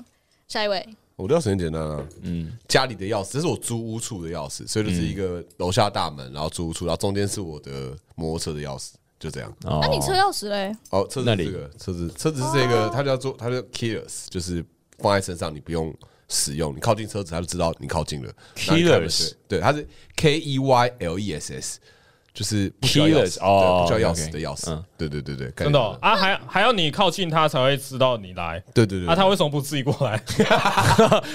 E: 下一位，
C: 我的钥匙很简单啊，
B: 嗯，
C: 家里的钥匙，这是我租屋处的钥匙，所以就是一个楼下大门，然后租屋处，然后中间是我的摩托车的钥匙，就这样。
B: 哦
E: 那、你车钥匙嘞？
C: 哦，车
B: 那
C: 子
B: 里
C: 是这个车子，车子是这
D: 哦
C: 个，它叫做它叫 keyless，就是放在身上，你不用使用，你靠近车子，它就知道你靠近了。然后你开门
B: Keyless
C: 对，对它是 K E Y L E S S，就是不需要
B: Keyless，
C: 钥匙对
B: 哦
C: 不需要钥
B: OK，
C: 匙的钥匙
B: 嗯。
C: 对对对对，
D: 真的哦
C: 感觉
D: 啊，还还要你靠近它才会知道你来。
C: 对对对
D: 啊，
C: 对
D: 他为什么不自己过 来？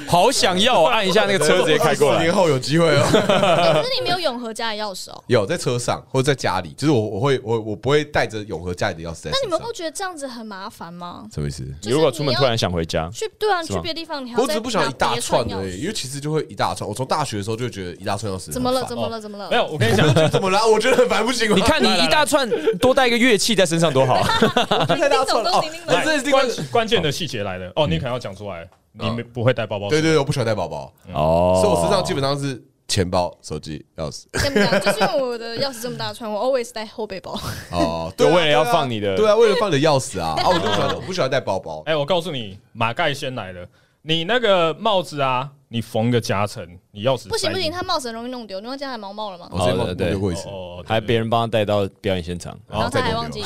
B: 好想要我按一下那个车直接开过
C: 十
B: 来
C: 年。后有机会哦，
E: 哎可是你没有永和家的钥匙哦、
C: 有在车上或者在家里，就是我我会我我不会带着永和家里的钥匙在
E: 那你
C: 身
E: 们
C: 上
E: 不。觉得这样子很麻烦吗？
C: 什么意思？
E: 就是
B: 你如果出门
E: 你要
B: 突然想回家，
E: 去对啊，你去
B: 吗
E: 别的地方，你还
C: 我
E: 要
C: 只
E: 再
C: 是不想
E: 拿
C: 一大
E: 别
C: 串
E: 钥
C: 而已，因
E: 匙。
C: 为其实就会一大串。我从大学的时候就觉得一大串钥匙很
E: 怎 么了？
C: 烦
E: 怎么了？怎么了？
D: 没有，我跟你讲，
C: 就怎么了？我觉得很烦，不行吗？
B: 你看你一大串多带一个乐器在身上多好。
E: 叮
C: 太
E: 叮
C: 大
E: 咚
C: 串了
E: 咚，叮叮咚
C: 哦 这是另外
D: 关关键的细节来了哦，你可能要讲出来，你没不会带包包出
C: 对
D: 门。
C: 对对，我不喜欢带包包，
B: 哦，
C: 所以我身上基本上是钱包、手机、钥匙。
E: 跟你讲，就是因为我的钥匙这么大串，我 always 带后背包。
C: 哦，
B: 就
C: 对啊，
B: 为了要放你的哦
C: 对啊，为了放你的钥匙啊啊！我就不喜欢，我不喜欢带包包。
D: 哎，我告诉你，马盖先来了，你那个帽子啊，你缝个夹层，你钥匙
E: 不行
D: 塞
E: 不行，
D: 进去
E: 他帽子很容易弄丢。你忘记他的毛毛了吗？
C: 我直接
B: 哦
C: 忘
B: 对
C: 丢过一次，
D: 哦，哦
B: 还别人帮他带到表演现场。
E: 然后他 还忘记。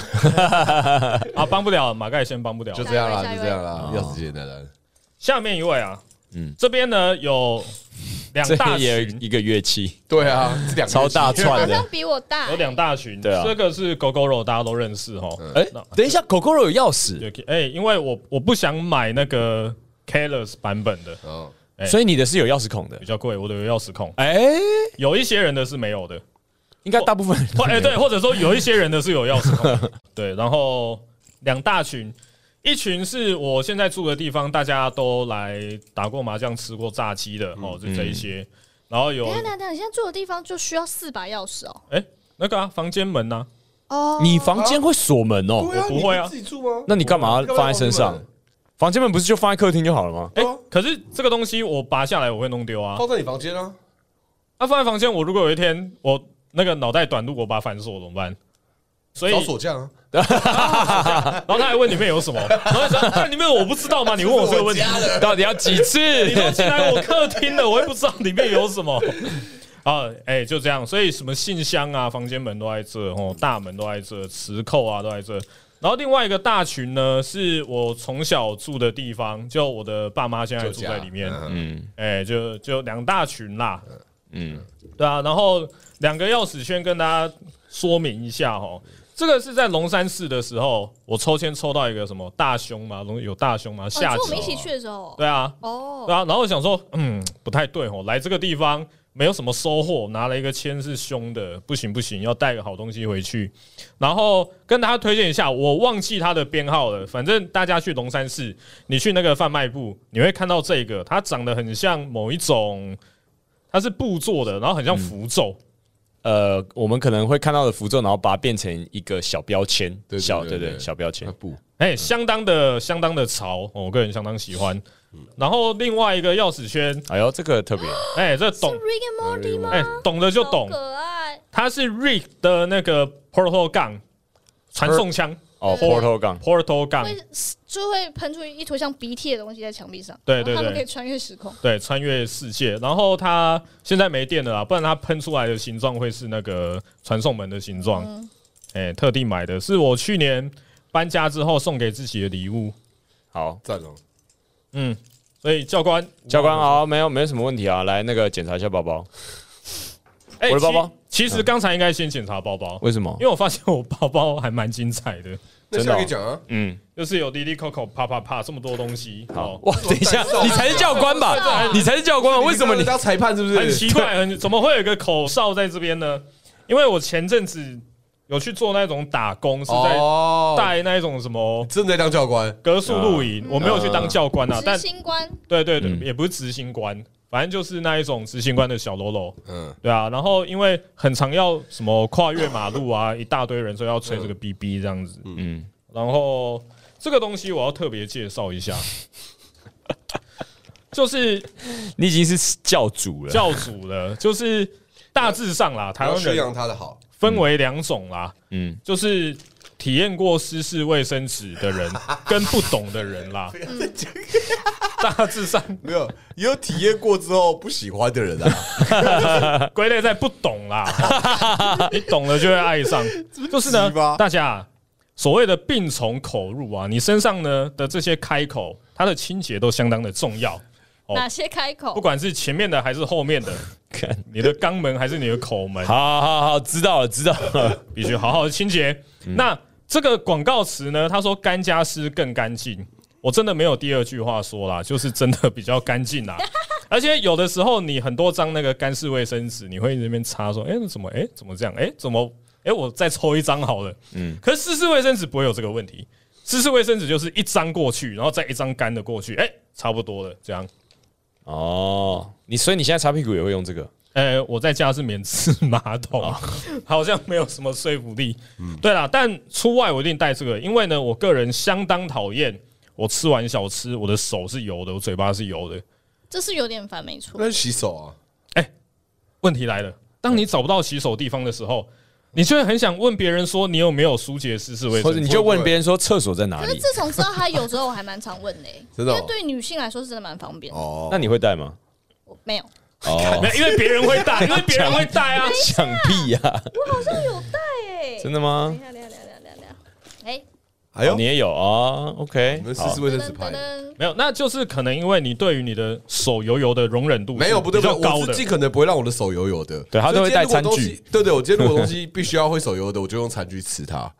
D: 对啊，帮不了，马盖先帮不了。
C: 就这样啦，
E: 下一位
C: 就这样
B: 哦
C: 啦，钥匙简单单。
D: 下面一位啊，
B: 嗯
D: 嗯，这边呢有两
B: 这
D: 大
B: 也有
D: 群，
B: 一个乐器，
C: 对啊，这两个
B: 超大
E: 好
B: 串
E: 像
B: 的。
E: 比我大、
D: 有两大群，
B: 对啊
D: 这个是狗狗肉，大家都认识哦。
B: 哎，等一下，狗狗肉有钥匙，
D: 有哎、因为我我不想买那个 Keyless 版本的，
C: 哦，
D: 哎
B: 所以你的是有钥匙孔的
D: 比。较贵，我的有钥匙孔，
B: 哎，
D: 有一些人的是没有的，
B: 应该大部分人都
D: 或哎、
B: 没有
D: 对，或者说有一些人的是有钥匙孔的， 对，然后两大群。一群是我现在住的地方，大家都来打过麻将、吃过炸鸡的哦，就这一些。然后有
E: 等一下，等一下，等一下，你现在住的地方就需要四把钥匙哦。
D: 哎、那个啊，房间门呐、
E: 哦
B: 你房间会锁门哦。
C: 对啊，
D: 我不会啊
C: 你自己住吗？
B: 那你干嘛放在身上？房间门不是就放在客厅就好了 吗？
D: 哎、
C: 对啊
D: 可是这个东西我拔下来我会弄丢啊。
C: 放在你房间啊？
D: 啊，放在房间，我如果有一天我那个脑袋短路，我把它反锁怎么办？所以，
C: 找锁匠啊？
D: 然后他还问里面有 什么，然后他说啊那里面我不知道吗？你问我这个问题，
B: 到底要几次？
D: 你都进来我客厅了，我也不知道里面有什 么。啊，哎、就这样，所以什么信箱啊、房间门都在这，哦，大门都在这，磁扣啊都在这。然后另外一个大群呢，是我从小住的地方，就我的爸妈现在住在里面，
B: 嗯
D: 哎、就就两大群啦，
B: 嗯，
D: 对啊，然后两个钥匙圈跟大家说明一下哦，这个是在龙山寺的时候，我抽签抽到一个什么大胸嘛，龙有大胸嘛，
E: 哦，你
D: 下
E: 说我
D: 集
E: 们一起去的时候，
D: 对啊，对
E: 哦，
D: 啊，然后我想说，嗯，不太对哦，来这个地方没有什么收获，拿了一个签是凶的，不行不行，要带个好东西回去。然后跟大家推荐一下，我忘记它的编号了，反正大家去龙山寺，你去那个贩卖部，你会看到这个，它长得很像某一种，它是布做的，然后很像符咒。
B: 呃，我们可能会看到的符咒，然后把它变成一个小标签，
C: 对对
B: 小
C: 对
B: 对对
C: 对
B: 小标签
C: 啊。不，
D: 哎、相当的相当的潮、哦我个人相当喜欢。然后另外一个钥匙圈，
B: 哎呦，这个特别，
D: 哎、这
E: 是
D: 懂
E: Rick and Morty 吗？
D: 哎、懂的就
E: 好
D: 懂，
E: 可爱。
D: 它是 Rick 的那个 Portal 杠传送枪，
B: 哦，Portal 杠
D: portal 杠，
E: 会就会喷出一坨像鼻涕的东西在墙壁上，
D: 对
E: 然后
D: 对
E: 他们
D: 对啊
E: 可以穿越时空。
D: 对，穿越世界。然后它现在没电了啦，不然它喷出来的形状会是那个传送门的形状。哎、特地买的是我去年搬家之后送给自己的礼物。
B: 好，
C: 赞哦！
D: 嗯，所以教官，
B: 教官好，没有没有什么问题啊，来那个检查一下包包，
D: 哎，
B: 我的包包嗯
D: 其。其实刚才应该先检查包包，
B: 为什么
D: 因？为我发现我包包还蛮精彩的，
C: 那
B: 真的哦
C: 下可以讲啊，
B: 嗯，
D: 就是有滴滴、Coco、啪啪啪这么多东西。
B: 好，
D: 哦，
B: 哇，等一下，你才是教官吧？你才是教官吧，为什么
C: 你
B: 你？
C: 当裁判是不
D: 很
C: 是？
D: 奇怪，很怎么会有一个口哨在这边呢？因为我前阵子有去做那种打工，是在
C: 哦，
D: 带那一种什么
C: 正在当教官，
D: 格数
C: 嗯
D: 露营，我没有去当教官啊，
E: 嗯执
D: 但
E: 行官
D: 对对对，
B: 嗯
D: 也不是执行官，反正就是那一种执行官的小喽啰，
C: 嗯，
D: 对啊。然后因为很常要什么跨越马路 啊，一大堆人说要吹这个 BB 这样子，
B: 嗯，
D: 然后这个东西我要特别介绍一下， 就是
B: 你已经是教主了。
D: 教主了，就是大致上啦，台
C: 要
D: 湾
C: 宣
D: 人
C: 扬他的好，
D: 分为两种啦，
B: 嗯，
D: 就是体验过湿式卫生纸的人跟不懂的人啦，大致上
C: 没有也有体验过之后不喜欢的人啊，
D: 归类在不懂啦，哦你懂了就会爱上。就是呢
C: 急吧，
D: 大家啊所谓的病从口入啊，你身上呢的这些开口，它的清洁都相当的重要，哦
E: 哪些开口
D: 不？管是前面的还是后面的，
B: 看，
D: 你的肛门还是你的口门，
B: 好好好，知道了，知道了。
D: 必须好好的清洁。那这个广告词呢，他说干加湿更干净，我真的没有第二句话说啦，就是真的比较干净啦。而且有的时候你很多张那个干式卫生纸，你会在那边擦说，哎、那怎么，哎、怎么这样，哎、怎么，哎、我再抽一张好了。嗯，可是湿式卫生纸不会有这个问题，湿式卫生纸就是一张过去，然后再一张干的过去，哎、差不多了，这样。
B: 哦，你所以你现在擦屁股也会用这个？
D: 呃，我在家是免治马桶，
C: 哦
D: 好像没有什么说服力。
C: 嗯
D: 对啦，但出外我一定带这个，因为呢，我个人相当讨厌我吃完小吃，我的手是油的，我嘴巴是油的。
E: 这是有点烦，没错
C: 那。是洗手啊，
D: 问题来了，当你找不到洗手地方的时候，你就会很想问别人说你有没有疏解湿式卫
B: 或者
D: 生
B: 你
D: 纸。
B: 就问别人说厕所在哪
E: 可是
B: 里？
E: 自从知道他有之后，我还蛮常问 的欸，
C: 真的哦
E: 因为对女性来说是真的蛮方便的。
C: 哦，
B: 那你会带吗？
E: 我没有，
B: 哦
D: 没，有因为别人会 带，因为别人会带啊。
B: 想必呀，
E: 有带哎。
B: 啊真的吗哦
E: 等一？下，等一下，等一下，等一下，等一下。
C: 还有
B: 你也有啊？OK，
C: 哎你们试
B: 好
C: 试卫
E: 哎，
C: 生
E: 噔
C: 纸拍
E: 噔。噔，
D: 没有，那就是可能因为你对于你的手油油的容忍度是
C: 没有，不对，
D: 比
C: 不
D: 较
C: 对，
D: 高
C: 我
D: 的
C: 是。尽可能不会让我的手油油的。
B: 对他都会带餐具
C: 所以今天如果东西。对对，我今天如果东西 必须要会手油的，我就用餐具吃它。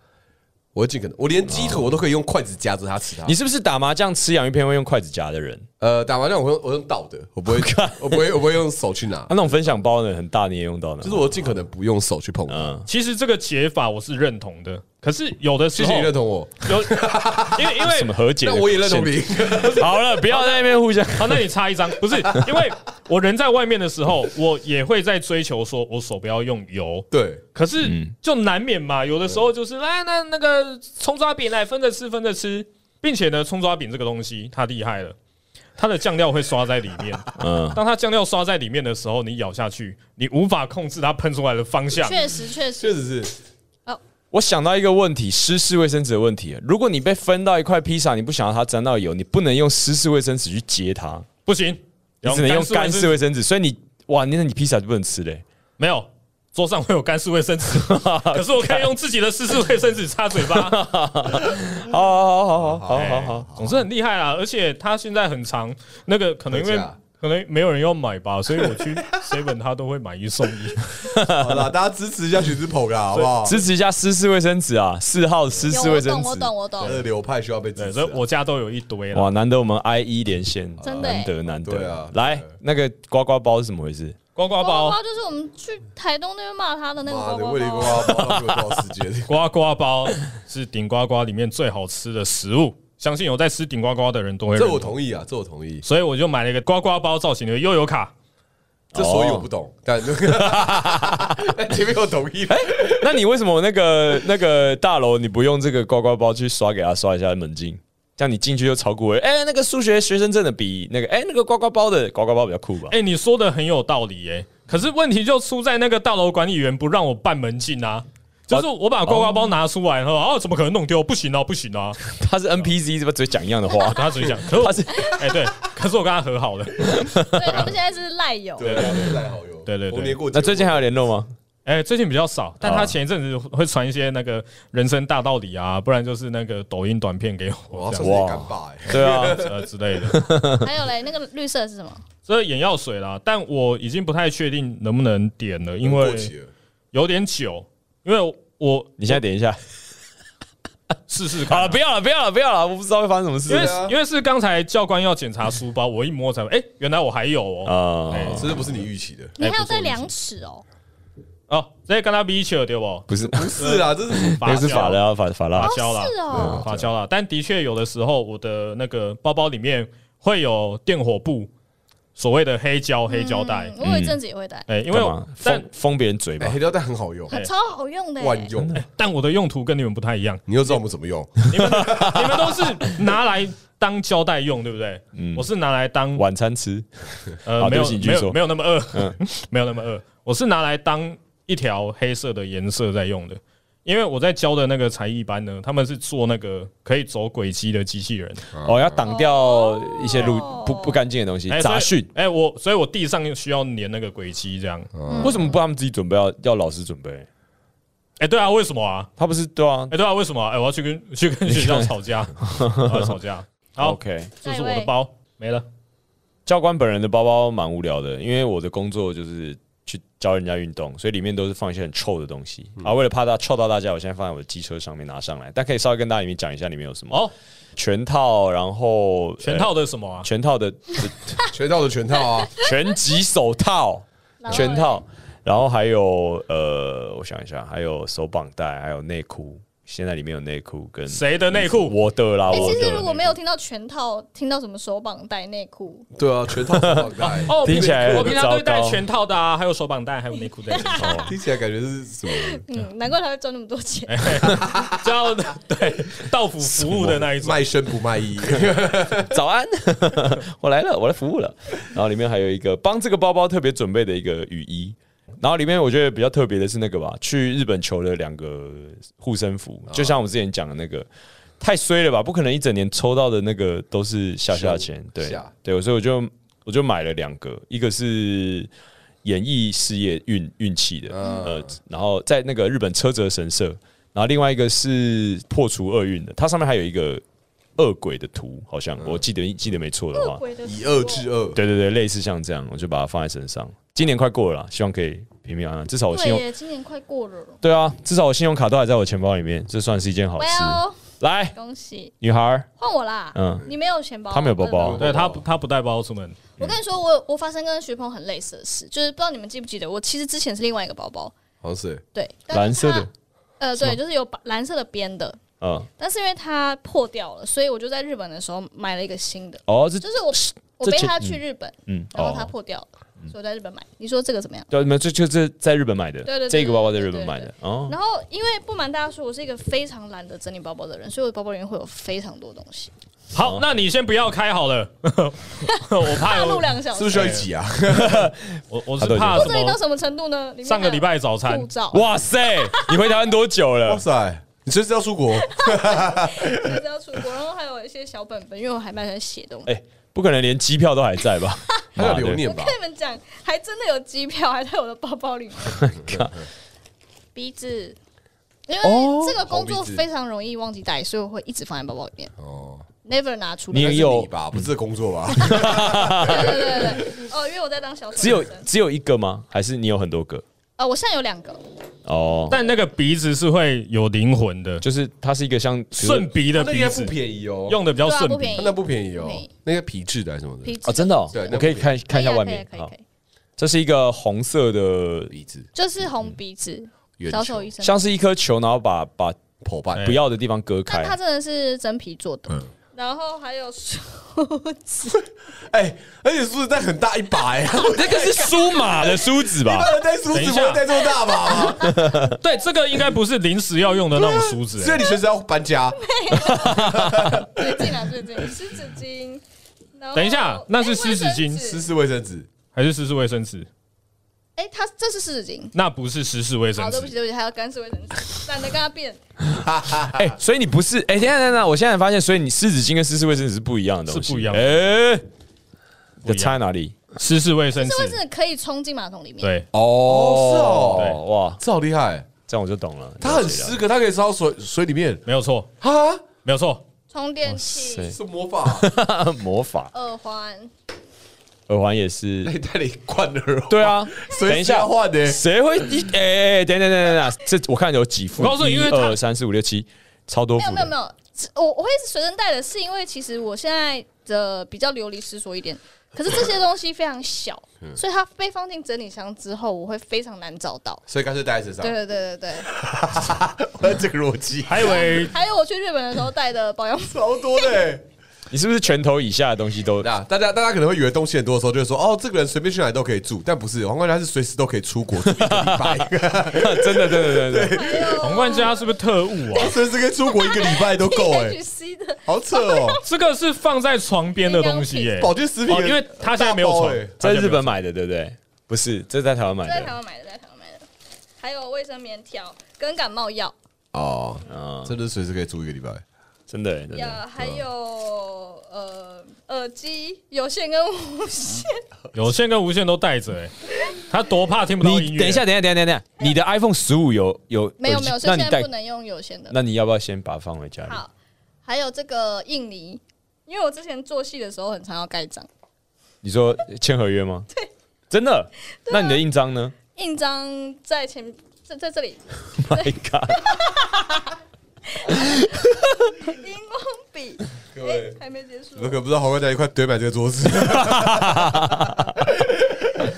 C: 我会尽可能，我连鸡腿我都可以用筷子夹着它吃它。
B: 你是不是打麻将吃洋芋片会用筷子夹的人？
C: 呃，打麻将我会用我用倒的，我不会，我不会，我不会用手去 拿
B: 啊，，那种分享包呢，很大，你也用到呢。
C: 就是我尽可能不用手去碰它。
B: 嗯，
D: 其实这个解法我是认同的，可是有的时
C: 谢
D: 候
C: 谢你认同我，
D: 有， 因为因 为
B: 什么和解的
C: 那
B: 线？
C: 我也认同你。
B: 好了，不要在那边互相。
D: 好，那你插一 张，不是因为我人在外面的时候，我也会在追求说我手不要用油，
C: 对，
D: 可是
B: 嗯
D: 就难免嘛，有的时候就是来那那个葱抓饼来分着吃分着吃，并且呢，葱抓饼这个东西它厉害了，它的酱料会刷在里面，
B: 嗯，
D: 当它酱料刷在里面的时候，你咬下去，你无法控制它喷出来的方向，
E: 确实确实，
C: 确实是
B: 我想到一个问题，湿式卫生纸的问题。啊如果你被分到一块披萨，你不想要它沾到油，你不能用湿式卫生纸去接它，
D: 不行，
B: 你只能用干式
D: 卫
B: 卫生纸。所以你哇，那你披萨就不能吃嘞。
D: 没有。桌上会有干式卫 生纸，可是我可以用自己的湿式卫生纸擦嘴巴。
B: 好哦好好好好好好
C: 哦
B: 好，
D: 总之很厉害啦，而且他现在很长，那个可能因为
C: 特价
D: 可能没有人要买吧，所以我 去 seven 他都会买一送一。
C: 好啦，大家支持一下徐志鹏啊，好不好？
B: 支持一下湿式卫生纸啊，四号湿
E: 有
B: 式
E: 我
B: 卫生
E: 懂，
B: 纸
E: 我。懂，我懂
C: 他。的流派需要被支
D: 对，
C: 持
D: 所
C: 啊。
D: 以我家都有一堆啦。
B: 哇，难得我们 I E 连线，
E: 真的欸
B: 难得难
C: 对
B: 得
C: 啊。
B: 来，那个刮刮包是怎么回事？
D: 刮刮
E: 包
D: 包，
E: 就是我们去台东那边骂他的那个
C: 妈
E: 刮
C: 的，为了一个
E: 包。
C: 刮刮包，浪费我多少时间？
D: 刮刮包是顶呱呱里面最好吃的食物，相信有在吃顶呱呱的人都会认
C: 这
D: 同。
C: 我同意啊，这我同意。
D: 所以我就买了一个刮刮包造型的悠游卡。
C: 这所以我不懂，但 哎但前面我同意了。
B: 那你为什么那个 那个大楼你不用这个刮刮包去刷给他刷一下门禁？这样你进去就超酷了。哎、那个数学学生证的比那个哎、那个刮刮包的刮刮包比较酷吧？
D: 哎、你说的很有道理耶、可是问题就出在那个大楼管理员不让我办门禁啊。就是我把锅包包拿出来，然后啊，怎么可能弄丢？不行啊，不行啊！
B: 他是 NPC，怎么只讲一样的 话？
D: 他只是讲，可是我
B: 他是
D: 哎，对，可是我跟他和好了。
E: 对，他们现在是赖友，
C: 对对，赖好友，
D: 对对对
C: 逢年过节，
B: 那最近还有联络吗？
D: 哎，最近比较少，但他前一阵子会传一些那个人生大道理啊，不然就是那个抖音短片给
C: 哇，
D: 我这
C: 这
D: 样
C: 是
B: 哇
C: 干爸哎，
B: 对啊，
D: 呃之类的。
E: 还有嘞，那个绿色是什么？
D: 这眼药水啦，但我已经不太确定能不能点了，因为
C: 过期了
D: 有点久，因为我
B: 你现在点一下。
D: 试试看
B: 好
D: 啊、
B: 了，不要了，不要了，不要了，我不知道会发生什么
D: 因为
B: 事
D: 是、因为是刚才教官要检查书包，我一摸才哎、原来我还有哦、
B: 啊。
D: 哎
C: 这是不是你预期的？
E: 你还有
D: 不错
E: 带量尺哦，
D: 哦，这跟他比起了对不？
B: 不是，
C: 不是啊，这是
B: 那个是法
D: 的
B: 拉法法拉
E: 哦，
D: 交啦
E: 是
B: 啊
E: 哦，
D: 发嗯胶啦，但的确有的时候我的那个包包里面会有电火布，所谓的黑胶黑胶带
E: 嗯，我有一阵子也会带，
D: 哎、因为
B: 干
D: 我
B: 嘛
D: 但
B: 封封别人嘴
C: 哎
B: 巴
C: 黑，胶带很好用，
E: 很超好用的欸，
C: 万用，
D: 但我的用途跟你们不太一样，
C: 你又知道我们怎么 用？
D: 你们都是拿来当胶带用，对不对？我是拿来当
B: 晚餐吃嗯
D: 呃
B: 好
D: 没有
B: 对不起你继
D: 没
B: 续
D: 有
B: 说嗯
D: 没有那么饿， 没有那么饿，我是拿来当一条黑色的颜色在用的。因为我在教的那个才艺班呢，他们是做那个可以走轨迹的机器人，
B: 哦，要挡掉一些路
E: 哦
B: 不不干净的东西
D: 哎，
B: 杂讯。。
D: 所以哎、我所以我地上需要粘那个轨迹这样。
B: 为什么不他们自己准备，要要老师准备？
D: 哎、对啊，为什么啊？
B: 他不是对啊
D: 哎、对啊，为什么、啊？哎、我要去跟去跟学校吵架， 我要吵 架。好，
B: ？OK，
D: 这是我的包没了。
B: 教官本人的包包蛮无聊的，因为我的工作就是去教人家运动，所以里面都是放一些很臭的东西。啊，为了怕大臭到大家，我现在放在我的机车上面拿上来，但可以稍微跟大家里面讲一下里面有什么
D: 哦
B: 哦，全套，然后
D: 全
B: 呃
D: 套的什么啊？
B: 全套的
C: 全套的全套啊，
B: 拳击手套
E: 然后
B: 全套，然后还有呃，我想一下，还有手绑带，还有内裤。现在里面有内裤跟
D: 谁的内裤
B: 我的啦，
E: 哎，
B: 我
E: 其实如
B: 的。
E: 果没有听到全套，听到什么手绑带、内裤，
C: 对啊，全套全套带，
D: 哦，
B: 听起来
D: 我平常都
B: 很
D: 会带
B: 糟糕
D: 全套的啊，还有手绑带，还有内裤带，
C: 听起来感觉是什么？
E: 嗯，难怪他会赚那么多钱。
D: 叫 对到府服务的那一种。
C: 卖身不卖艺，
B: 早安， 我来了，我来服务了。然后里面还有一个帮这个包包特别准备的一个雨衣。然后里面我觉得比较特别的是那个吧，去日本求的两个护身符，就像我们之前讲的那个，太衰了吧，不可能一整年抽到的那个都是下下钱，对
C: 下
B: 对，所以我就我就买了两个，一个是演艺事业运运气的，呃，然后在那个日本车辙神社，然后另外一个是破除厄运的，它上面还有一个恶鬼的图，好像我记得记得没错的话，
E: 鬼的
C: 以恶制恶，
B: 对对对，类似像这样，我就把它放在身上。今年快过了啦，希望可以平平安安，至少我信
E: 对
B: 用
E: 耶，今年快过了。
B: 对啊，至少我信用卡都还在我钱包里面，这算是一件好事。
E: Well，
B: 来，
E: 恭喜，
B: 女孩儿，
E: 换我啦。
B: 嗯
E: 你没有钱包，
B: 他没有包包
E: 对对
D: 对
E: 对
D: 他不，他不带包出门。
E: 我跟你说，我我发生跟徐鹏很类似的事，就是不知道你们记不记得，我其实之前是另外一个包包，
C: 好像是
E: 对，但是
B: 蓝色
E: 它
B: 的，，
E: 呃，对，就是有蓝色的边的，
B: 嗯，
E: 但是因为它破掉了，所以我就在日本的时候买了一个新的，
B: 哦，这
E: 就是我我
B: 这
E: 背
B: 前
E: 它去日本，
B: 嗯，
E: 然后它
B: 哦，
E: 破掉了，所以我在日本买。你说这个怎么样？
B: 对，没有，这就这在日本买的，
E: 对对对
B: 这个包包在
E: 对
B: 日
E: 对
B: 本
E: 对
B: 买的，哦，
E: 然后，因为不瞒大家说，我是一个非常懒得整理包包的人，所以我的包包里面会有非常多东西，
D: 好，那你先不要开好了，我怕
E: 大陆
D: 有
E: 两个小
C: 是
E: 时，
C: 不是需要一集啊？
D: 我我
B: 他都
D: 是
B: 已经
D: 怕
E: 不
D: 什
E: 整理到
D: 么？
E: 什么程度呢？里面
D: 上个礼拜早
E: 还有
D: 餐
E: 护，照，
B: 哇塞，你回台湾多久
C: 哇
B: 了？
C: 塞，你这是要出国？
E: 就是要出国，然后还有一些小本本，因为我还蛮喜欢写东西。
B: 哎，不可能连机票都还在吧？
C: 还
D: 啊
C: 有
B: 妈的
C: 留念
E: 我
C: 吧
E: 跟？你们讲，还真的有机票，还在我的包包里面。 鼻子，因
B: 哦
E: 为这个工作非常容易忘记带，所以我会一直放在包包里面
C: 哦，
E: ，never 拿出
B: 你
E: 来。
C: 那
B: 也
C: 是
B: 有
C: 你吧？不是工 作吧？
E: 对对对对，哦，因为我在当小丑
B: 只有
E: 医生
B: 只有一个吗？还是你有很多个？
E: 呃，我现在有两个，
B: 哦，
D: 但那个鼻子是会有灵魂的，
B: 就是它是一个像
D: 顺鼻的
C: 那应
D: 鼻
C: 该
D: 子
C: 不，便宜哦，
D: 用的比较
E: 对啊，
D: 顺
E: 不
D: 鼻
E: 便。宜，
C: 那不便宜哦
E: 不便宜，
C: 那个皮质的还是什么的
E: 鼻？子
B: 哦，真的哦
C: 对，那
B: 我可以看看一下
E: 可以啊
B: 外面
E: 可以啊
B: 好
E: 可以，可以，
B: 这是一个红色的，
C: 鼻子
E: 就是
B: 嗯
E: 红鼻子
C: 圆
E: 小
C: 球
E: 丑医生，
B: 像是一颗球，然后把把
C: 破瓣
D: 哎
B: 不要的地方割
E: 但
B: 开
E: 它。真的是真皮做的
C: 嗯，
E: 然后还有手指。
C: 哎，而且梳子带很大一把 哎，
B: 那个是舒马的梳子吧？
C: 大人带梳子
D: 等一
C: 不
D: 下
C: 会带这么大吧？
D: 对，这个应该不是临时要用的那种梳子欸
C: 所。以你随时要搬家，
E: 最近啊，最近湿纸巾。然后
D: 等一下那是
E: 哎
D: 湿纸巾
E: 卫生
C: 湿
E: 纸
C: 式卫生纸。
D: 还是试试卫生纸？
E: 哎、它这是湿纸巾。
D: 那不是湿式卫
E: 好，
D: 生
E: 对不起，
D: 纸。
E: 对不起，还有干式卫生纸，懒得跟他变。
B: 哎、所以你不是哎、等一下等一下，我现在才发现，所以你湿纸巾跟湿式卫生纸是不一样的东西，
D: 是不一样的
B: 哎、
D: 不一样
B: 差在哪里？
D: 湿式卫生
E: 这卫生
D: 纸，
E: 纸可以冲进马桶里面。，
D: 对，
C: 哦是哦
B: 对哇，
C: 这好厉害，
B: 这样我就懂了。
C: 它很
B: 了解了
C: 湿，可它可以烧到水水里面
D: 没有错，
C: 啊哈，
D: 没有错。
E: 充电
B: 哇
E: 器
B: 塞、
C: 什么 魔法？
B: 魔法
E: 耳环，
B: 耳环也是
C: 那，你带了一罐的耳环，
B: 对啊，等
C: 随
B: 一
C: 时
B: 下
C: 要换的。
B: 谁会一？哎、哎哎，等等等等等，这我看有几副，
D: 我告诉你
B: 一
D: 因为它
B: 二三四五六七，超多
E: 没有
B: 副
E: 没有没
B: 的。
E: 有，是我我会一直随身带的，是因为其实我现在的比较流离失所一点，可是这些东西非常小，
D: 嗯
E: 所以它被放进整理箱之后，我会非常难找到。
C: 所以干脆带在身上
E: 对，对对对对，
C: 我这个逻辑
D: 还以为
E: 还有我去日本的时候带的保养品，
C: 超多的欸。
B: 你是不是拳头以下的东西都？ 啊
C: 那大家大家可能会以为东西很多的时候，就会说哦，这个人随便去哪里都可以住，但不是，王冠他是随时都可以出国住一个礼拜，
B: 真的真的真的真的，
D: 皇冠家是不是特务啊？
C: 随时可以出国一个礼拜都够
D: 欸
C: 哎、
E: C 的
C: 好扯哦！
D: 这个是放在床边的东西耶、
C: 保健食品
D: 哦，
C: 也
D: 因为他现在没有
C: 大包
D: 床
C: 欸，
B: 在
D: 他现
B: 日
D: 没有
B: 本买的对不对？不是，这是在台湾买
E: 在台
B: 的。
E: 湾买的，在台湾买的，还有卫生棉条跟感冒药
C: 哦，
B: 嗯，
C: 真的是随时可以住一个礼拜。
B: 真的真的。
E: 呀，还有呃耳机有线跟无线，
B: 嗯
D: 床有线跟无线都带着哎，他多怕听不到音
B: 你
D: 乐。
B: 等一下，，等一下，等一下，等一下，你的 iPhone 十五有有
E: 没有没有，所
B: 那
E: 以
B: 你
E: 现在
B: 带
E: 不，能用有线的。
B: 那你要不要先把它放回家里？
E: 好，还有这个印尼，因为我之前做戏的时候很常要盖章，
B: 你说签合约 吗？对，真的。
E: 啊
B: 那你的印章呢
E: 印章在前在在这里，
B: ？My God，
E: 荧光笔，
C: 各
E: 哎、
C: 位，
E: 还没结 束
C: 你，们可不知道皇冠家一块堆满这个桌子。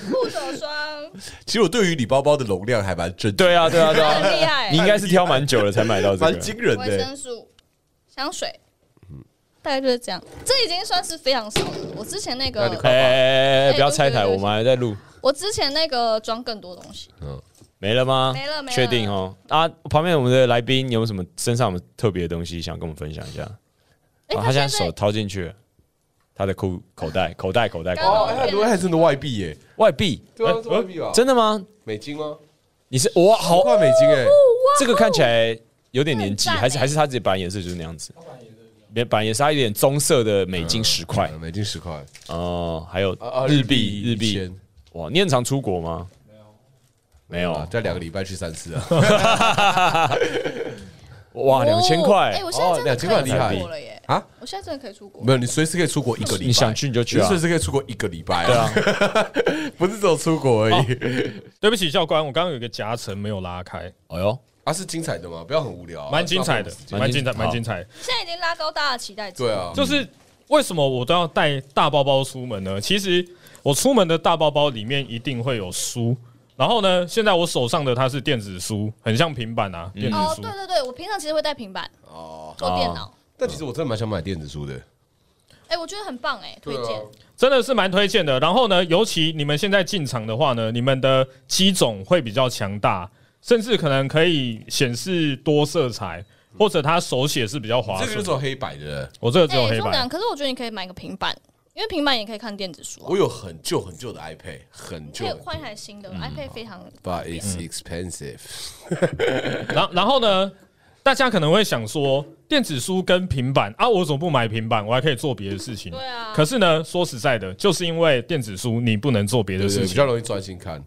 E: 护手霜
C: 其实我对于礼包包的容量还蛮震惊，
B: 对啊，对啊，对
E: 很
B: 啊，
E: 厉害
B: 你，应该是挑蛮久了才买到这
C: 蛮
B: 个。
C: 惊人的
E: 维
C: 欸。
E: 生素、香水，
B: 嗯
E: 大概就是这样，这已经算是非常少了。我之前那
C: 那你
E: 个，
B: 哎哎哎，
E: 哎
B: 不要拆台，
E: 对不
B: 我
E: 起
B: 们还在录。
E: 我之前那个装更多东西，
B: 没了吗？
E: 没了没了
B: 确定哦。啊，旁边我们的来宾有没有什么身上有没有特别的东西想跟我们分享一下？
E: 哎、
B: 啊，
E: 他
B: 他现在
E: 现
B: 手
E: 在
B: 掏进去了，他的裤口袋口袋口袋口
E: 刚
C: 哦，
B: 袋
E: 好
C: 哎还有多还有真的外币耶，
B: 外币，哎
C: 对
D: 啊是外
C: 币吧
B: 真的吗？
C: 美金吗？
B: 你是哇
C: 好
B: 好，
C: 块美金哎，
B: 这个看起来有点年纪，
E: 很赞
B: 还是
E: 欸
B: 还是他自己版颜色就是那样子。别版颜色，它有点棕色的美金十块
C: 呃美金十块，
B: 哦，还有
C: 啊啊
B: 日币日
C: 一
B: 币
C: 千
B: 哇！你很常出国吗？没有，没
C: 啊，在两个礼拜去三次啊。
B: 有哇，两千块
E: 哎、我现在真的可
C: 哦
E: 以
C: 2000块
E: 出
C: 厉
E: 国
C: 害
E: 了耶！
C: 啊，
E: 我现在真的可以出国
C: 没，有，你随时可以出国一个礼拜，
B: 你想去你就去啊
C: 随时可以出国一个礼拜
B: 对啊，
C: 不是只有出国而已。
D: 对不起教官，我刚刚有一个夹层没有拉开，
B: 哎呦，
C: 啊，是精彩的吗？不要很无聊啊，
D: 蛮精
B: 哦
D: 彩的，蛮精彩，
B: 好
D: 蛮精彩。
E: 现在已经拉高大家的期待值。
C: 对啊，
D: 就是为什么我都要带大包包出门呢？其实我出门的大包包里面一定会有书，然后呢，现在我手上的它是电子书，很像平板啊，
C: 嗯
D: 电子
E: 哦，
D: 书
E: 对。对对，我平常其实会带平板
C: 哦。
E: 或电脑，
C: 但其实我真的蛮想买电子书的，
E: 哎、我觉得很棒哎、
C: 啊
E: 推荐。
D: 真的是蛮推荐的。然后呢，尤其你们现在进场的话呢，你们的机种会比较强大，甚至可能可以显示多色彩，或者它手写是比较划
C: 这个就
D: 算
C: 是。有黑白的。
D: 我这个只有
E: 哎，
D: 黑
E: 中
D: 白
E: 奖，，可是我觉得你可以买个平板，因为平板也可以看电子书、啊
C: 我，有很旧很旧的 iPad，很旧
E: 可以。换嗯一台新的、iPad，非常
C: But it's expensive。
D: 然后然后呢，大家可能会想说，电子书跟平板啊，我怎么不买平板？我还可以做别的事情。
E: 对啊
D: 可是呢，说实在的，就是因为电子书你不能做别的
C: 对对，
D: 事
C: 比
D: 情
C: 较。容易专心看，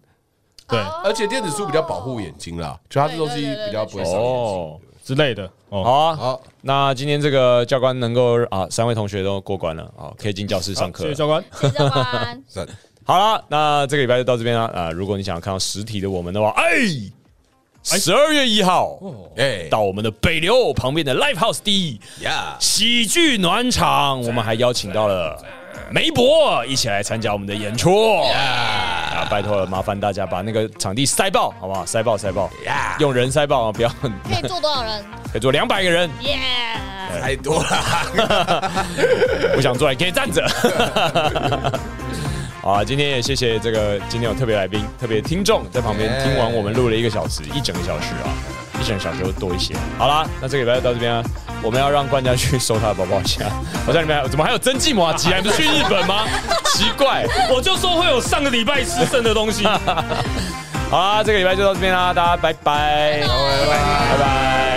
D: 对
E: 哦
C: 而且电子书比较保护眼睛啦，就它这东西比较不会伤眼
B: 哦，
D: 之类的
B: 好
D: 哦，
B: 啊，
C: 好，。
B: 那今天这个教官能够啊，三位同学都过关了，好，可以进教室上课
D: 啊谢谢
B: 了。
D: 教官。
E: 谢谢教官
C: 睛。
B: 好了，那这个礼拜就到这边了啊、如果你想要看到实体的我们的话，哎，十二月一号、
C: 哎，
B: 到我们的北流旁边的 Live House 第一
C: 呀，
B: 喜剧暖场，我们还邀请到了梅博一起来参加我们的演出。啊，拜托了，麻烦大家把那个场地塞爆，好不好？塞爆，塞爆
C: Yeah
B: 用人塞爆啊，不要
E: 可以坐多少人？
B: 可以坐两百个人。
E: 耶、
C: 太多了。
B: 不想坐也可以站着。好啊，今天也谢谢这个今天有特别来宾、特别听众在旁边
C: Yeah
B: 听完我们录了一个小时，一整个小时啊，一整个小时又多一些。好啦，那这个礼拜就到这边啊，我们要让冠家去收他的包包去啊。 我在里面还有怎么还有蒸汽摩吉？还不是去日本吗？ 奇怪。
D: 我就说会有上个礼拜吃剩的 东西。
B: 好啦，这个礼拜就到这边啦，大家拜拜，拜拜，拜拜。